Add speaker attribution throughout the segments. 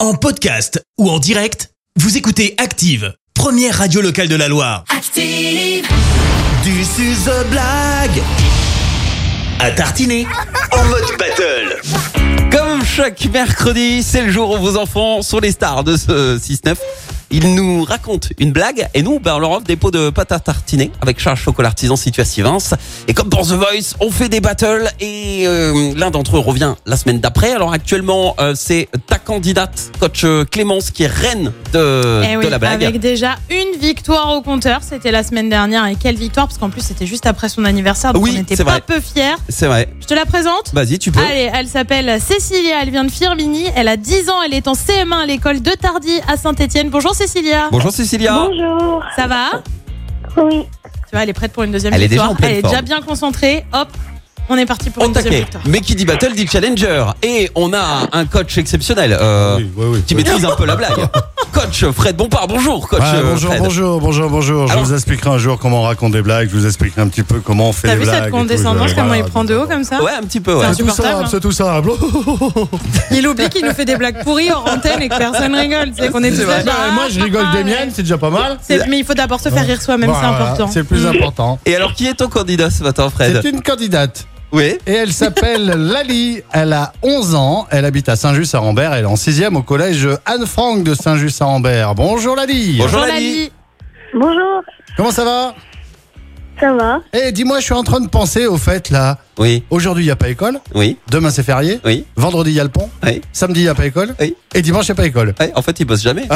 Speaker 1: En podcast ou en direct, vous écoutez Active, première radio locale de la Loire.
Speaker 2: Active,
Speaker 1: Du suzo blague à tartiner en mode battle.
Speaker 3: Comme chaque mercredi, c'est le jour où vos enfants sont les stars de ce 6-9. Ils nous racontent une blague et nous, ben, on leur offre des pots de pâte à tartiner avec Charles Chocolat Artisan situé à Sivens. Et comme pour The Voice, on fait des battles et euh, l'un d'entre eux revient la semaine d'après. Alors actuellement, euh, c'est ta candidate, coach euh, Clémence, qui est reine de,
Speaker 4: Eh oui,
Speaker 3: de la blague.
Speaker 4: Avec déjà une victoire au compteur, c'était la semaine dernière. Et quelle victoire, parce qu'en plus c'était juste après son anniversaire, donc
Speaker 3: Oui,
Speaker 4: on n'était
Speaker 3: c'est
Speaker 4: pas
Speaker 3: vrai.
Speaker 4: peu fiers.
Speaker 3: C'est vrai.
Speaker 4: Je te la présente
Speaker 3: Vas-y, tu peux.
Speaker 4: Allez, elle s'appelle Cécilia, elle vient de Firmini, elle a 10 ans, elle est en CM1 à l'école de Tardy à Saint-Etienne. Bonjour Cécilia,
Speaker 3: Bonjour Cécilia.
Speaker 5: Bonjour.
Speaker 4: ça va
Speaker 5: Oui.
Speaker 4: Tu vois, elle est prête pour une deuxième
Speaker 3: Elle est déjà
Speaker 4: victoire,
Speaker 3: en pleine
Speaker 4: elle est
Speaker 3: forme.
Speaker 4: déjà bien concentrée. Hop, on est parti pour
Speaker 3: Au
Speaker 4: une deuxième
Speaker 3: taquet.
Speaker 4: victoire.
Speaker 3: Mais qui dit battle dit challenger. Et on a un coach exceptionnel euh, qui maîtrise un peu la blague. Coach Fred Bompard, bonjour coach.
Speaker 6: Ouais,
Speaker 3: euh,
Speaker 6: Ah, bonjour,
Speaker 3: Fred.
Speaker 6: bonjour, bonjour, bonjour. Je
Speaker 3: Alors-
Speaker 6: vous expliquerai un jour comment on raconte des blagues. Je vous expliquerai un petit peu comment on fait
Speaker 4: T'as
Speaker 6: des
Speaker 4: vu
Speaker 6: blagues.
Speaker 4: cette
Speaker 6: et tout.
Speaker 4: condescendance,
Speaker 6: Je-
Speaker 4: comment il
Speaker 6: voilà,
Speaker 4: prend de haut comme ça
Speaker 3: Ouais, un petit peu, ouais.
Speaker 4: C'est un
Speaker 6: C'est tout
Speaker 4: Insupportable,
Speaker 6: simple,
Speaker 4: hein.
Speaker 6: c'est tout simple.
Speaker 4: Il oublie qu'il nous fait des blagues pourries hors antenne et que personne rigole. C'est qu'on est tous là, genre,
Speaker 6: Bah, moi, je
Speaker 4: ah,
Speaker 6: rigole des
Speaker 4: mais-
Speaker 6: miennes, c'est déjà pas mal.
Speaker 4: C'est- Mais il faut d'abord se faire rire soi-même, c'est
Speaker 6: Voilà,
Speaker 4: important.
Speaker 6: C'est le plus important.
Speaker 3: Et alors, qui est ton candidat ce matin, Fred
Speaker 6: C'est une candidate.
Speaker 3: Oui.
Speaker 6: Et elle s'appelle Lali. Elle a 11 ans. Elle habite à Saint-Just-à-Rambert. Elle est en 6e au collège Anne-Franck de Saint-Just-à-Rambert. Bonjour Lali.
Speaker 3: Bonjour.
Speaker 4: Bonjour
Speaker 3: Lali.
Speaker 4: Lali.
Speaker 5: Bonjour.
Speaker 6: Comment ça va
Speaker 5: Ça va
Speaker 6: Eh, dis-moi, je suis en train de penser au fait là.
Speaker 3: Oui,
Speaker 6: Aujourd'hui, il n'y a pas école.
Speaker 3: oui,
Speaker 6: Demain, c'est férié.
Speaker 3: oui.
Speaker 6: Vendredi, il y a le pont.
Speaker 3: Oui.
Speaker 6: Samedi, il n'y a pas école.
Speaker 3: Oui.
Speaker 6: Et dimanche, il n'y a pas école.
Speaker 3: Ouais, en fait, il bosse jamais.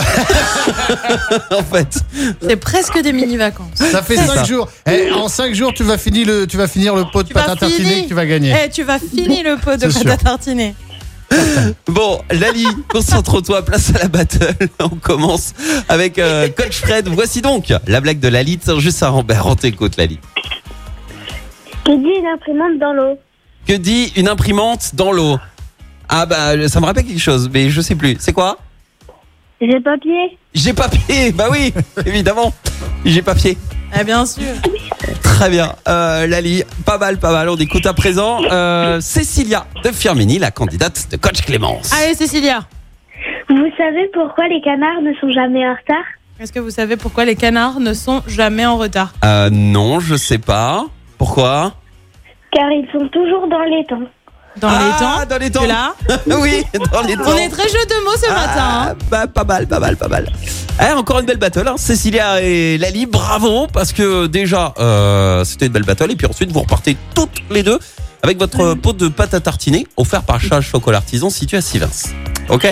Speaker 3: en fait,
Speaker 4: C'est presque des mini-vacances.
Speaker 6: Ça fait
Speaker 3: ça.
Speaker 6: 5 jours. Eh, en 5 jours, tu vas finir le, tu vas finir le pot de
Speaker 4: Tu vas
Speaker 6: patate tartinée
Speaker 4: finir.
Speaker 6: que tu vas gagner.
Speaker 4: Eh, tu vas finir le pot de
Speaker 6: C'est
Speaker 4: pâte à tartiner.
Speaker 3: bon, Lali, concentre-toi, place à la battle. On commence avec euh, Coach Fred. Voici donc la blague de Lali de juste à Rambert. On t'écoute, Lali.
Speaker 5: Que dit une imprimante dans l'eau
Speaker 3: Que dit une imprimante dans l'eau Ah bah, ça me rappelle quelque chose, mais je sais plus. C'est quoi
Speaker 5: J'ai papier.
Speaker 3: J'ai papier, bah oui, évidemment. J'ai papier.
Speaker 4: Ah, bien sûr.
Speaker 3: Très bien. Euh, Lali, pas mal, pas mal. On écoute à présent euh, Cécilia de Firmini, la candidate de coach Clémence.
Speaker 4: Allez, Cécilia.
Speaker 5: Vous savez pourquoi les canards ne sont jamais en retard
Speaker 4: Est-ce que vous savez pourquoi les canards ne sont jamais en retard
Speaker 3: Euh, non, je sais pas. Pourquoi
Speaker 5: Car ils sont toujours dans les temps.
Speaker 4: Dans les
Speaker 3: Ah,
Speaker 4: temps
Speaker 3: Dans les temps.
Speaker 4: que là,
Speaker 3: oui, dans les temps.
Speaker 4: on est très jeu de mots ce matin.
Speaker 3: Ah,
Speaker 4: hein.
Speaker 3: bah, pas mal, pas mal, pas mal. Eh, encore une belle battle, hein. Cécilia et Lali, bravo, parce que déjà, euh, c'était une belle battle, et puis ensuite, vous repartez toutes les deux avec votre
Speaker 4: Mm.
Speaker 3: pot de pâte à tartiner, offert par Charles Chocolat Artisan, situé à Sivens. Ok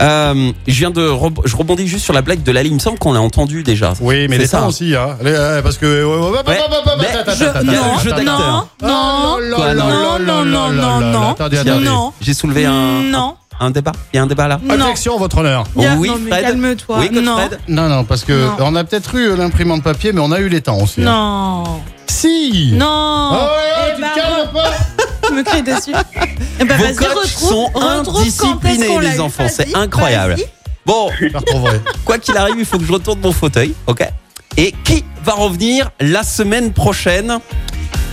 Speaker 3: Euh, je viens de, re- je rebondis juste sur la blague de Lali. Il me semble qu'on l'a entendu déjà.
Speaker 6: Oui, mais
Speaker 3: C'est
Speaker 6: les
Speaker 3: ça.
Speaker 6: temps aussi, hein. Les- euh, parce que.
Speaker 3: Ouais, mais
Speaker 4: Je- non,
Speaker 3: jeu d'acteur.
Speaker 4: non, non,
Speaker 3: ah,
Speaker 4: non, non, non, non, non.
Speaker 6: Attendez,
Speaker 3: Tiens,
Speaker 6: attendez.
Speaker 4: Non.
Speaker 3: J'ai soulevé un,
Speaker 4: non,
Speaker 3: un débat. Il y a un débat là.
Speaker 4: non.
Speaker 6: Objection, votre honneur.
Speaker 4: Hier,
Speaker 3: Oui,
Speaker 4: non, mais
Speaker 3: Fred.
Speaker 4: calme-toi.
Speaker 3: Oui, coach
Speaker 4: non,
Speaker 3: Fred
Speaker 6: Non, non, parce que
Speaker 4: Non.
Speaker 6: on a peut-être eu l'imprimante papier, mais on a eu les temps aussi. hein.
Speaker 4: non,
Speaker 6: Si
Speaker 4: non.
Speaker 6: Oh,
Speaker 4: Eh
Speaker 6: tu
Speaker 4: ben,
Speaker 6: te calmes pas
Speaker 4: tu me cries dessus. Eh ben,
Speaker 3: Vos
Speaker 4: vas-y,
Speaker 3: coachs
Speaker 4: retrouve-
Speaker 3: sont
Speaker 4: retrouve quand est-ce
Speaker 3: indisciplinés,
Speaker 4: qu'on l'a
Speaker 3: les
Speaker 4: eu.
Speaker 3: enfants, c'est
Speaker 4: Vas-y,
Speaker 3: incroyable.
Speaker 4: vas-y.
Speaker 3: Bon,
Speaker 6: Je la retrouverai.
Speaker 3: Quoi qu'il arrive, il faut que je retourne mon fauteuil, ok Et qui va revenir la semaine prochaine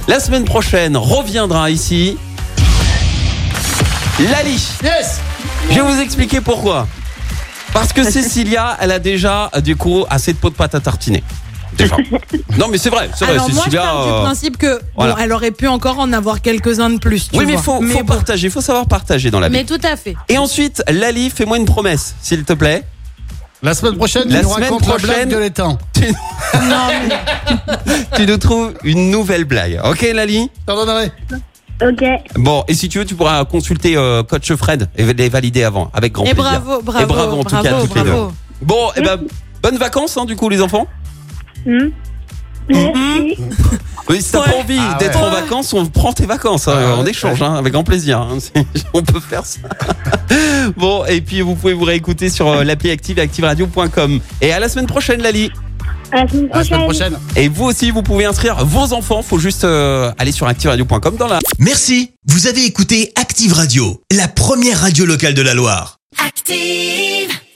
Speaker 3: La semaine prochaine reviendra ici Lali.
Speaker 6: Yes
Speaker 3: Je vais vous expliquer pourquoi. Parce que Cécilia, elle a déjà euh, du coup assez de pots de pâte à tartiner. Déjà. Non mais c'est vrai, c'est vrai.
Speaker 4: Alors moi, je
Speaker 3: Cécilia.
Speaker 4: pars
Speaker 3: euh,
Speaker 4: du principe que bon,
Speaker 3: voilà.
Speaker 4: elle aurait pu encore en avoir quelques-uns de plus. tu
Speaker 3: Oui mais
Speaker 4: vois.
Speaker 3: faut, faut
Speaker 4: bon.
Speaker 3: partager, faut savoir partager dans la vie.
Speaker 4: Mais tout à fait.
Speaker 3: Et ensuite, Lali, fais-moi une promesse, s'il te plaît.
Speaker 6: La semaine prochaine,
Speaker 3: La
Speaker 6: tu nous
Speaker 3: semaine
Speaker 6: racontes la
Speaker 3: prochaine-
Speaker 6: blague de l'étain.
Speaker 3: Tu, tu nous trouves une nouvelle blague. Ok Lali
Speaker 6: Je t'en donnerai.
Speaker 5: Ok.
Speaker 3: Bon, et si tu veux, tu pourras consulter euh, Coach Fred et les valider avant, avec grand
Speaker 4: Et
Speaker 3: plaisir.
Speaker 4: bravo, bravo,
Speaker 3: Et bravo, en tout cas,
Speaker 4: bravo,
Speaker 3: toutes les deux.
Speaker 4: bravo.
Speaker 3: Bon, et ben, bonnes vacances, hein, du coup, les enfants.
Speaker 5: Hmm. Merci.
Speaker 3: Oui, si t'as
Speaker 4: Ouais.
Speaker 3: pas envie
Speaker 6: Ah
Speaker 3: d'être
Speaker 6: ouais.
Speaker 3: en vacances, on prend tes vacances, hein,
Speaker 6: Ah ouais.
Speaker 3: on échange, hein, avec grand plaisir. hein. on peut faire ça. bon, et puis vous pouvez vous réécouter sur euh, l'appli Active et activeradio.com. Et à la semaine prochaine, Lali.
Speaker 5: À la semaine
Speaker 6: À la semaine
Speaker 5: prochaine.
Speaker 6: prochaine.
Speaker 3: Et vous aussi, vous pouvez inscrire vos enfants. Faut juste euh, aller sur activeradio.com dans la
Speaker 1: Merci, vous avez écouté Active Radio, la première radio locale de la Loire.
Speaker 2: active.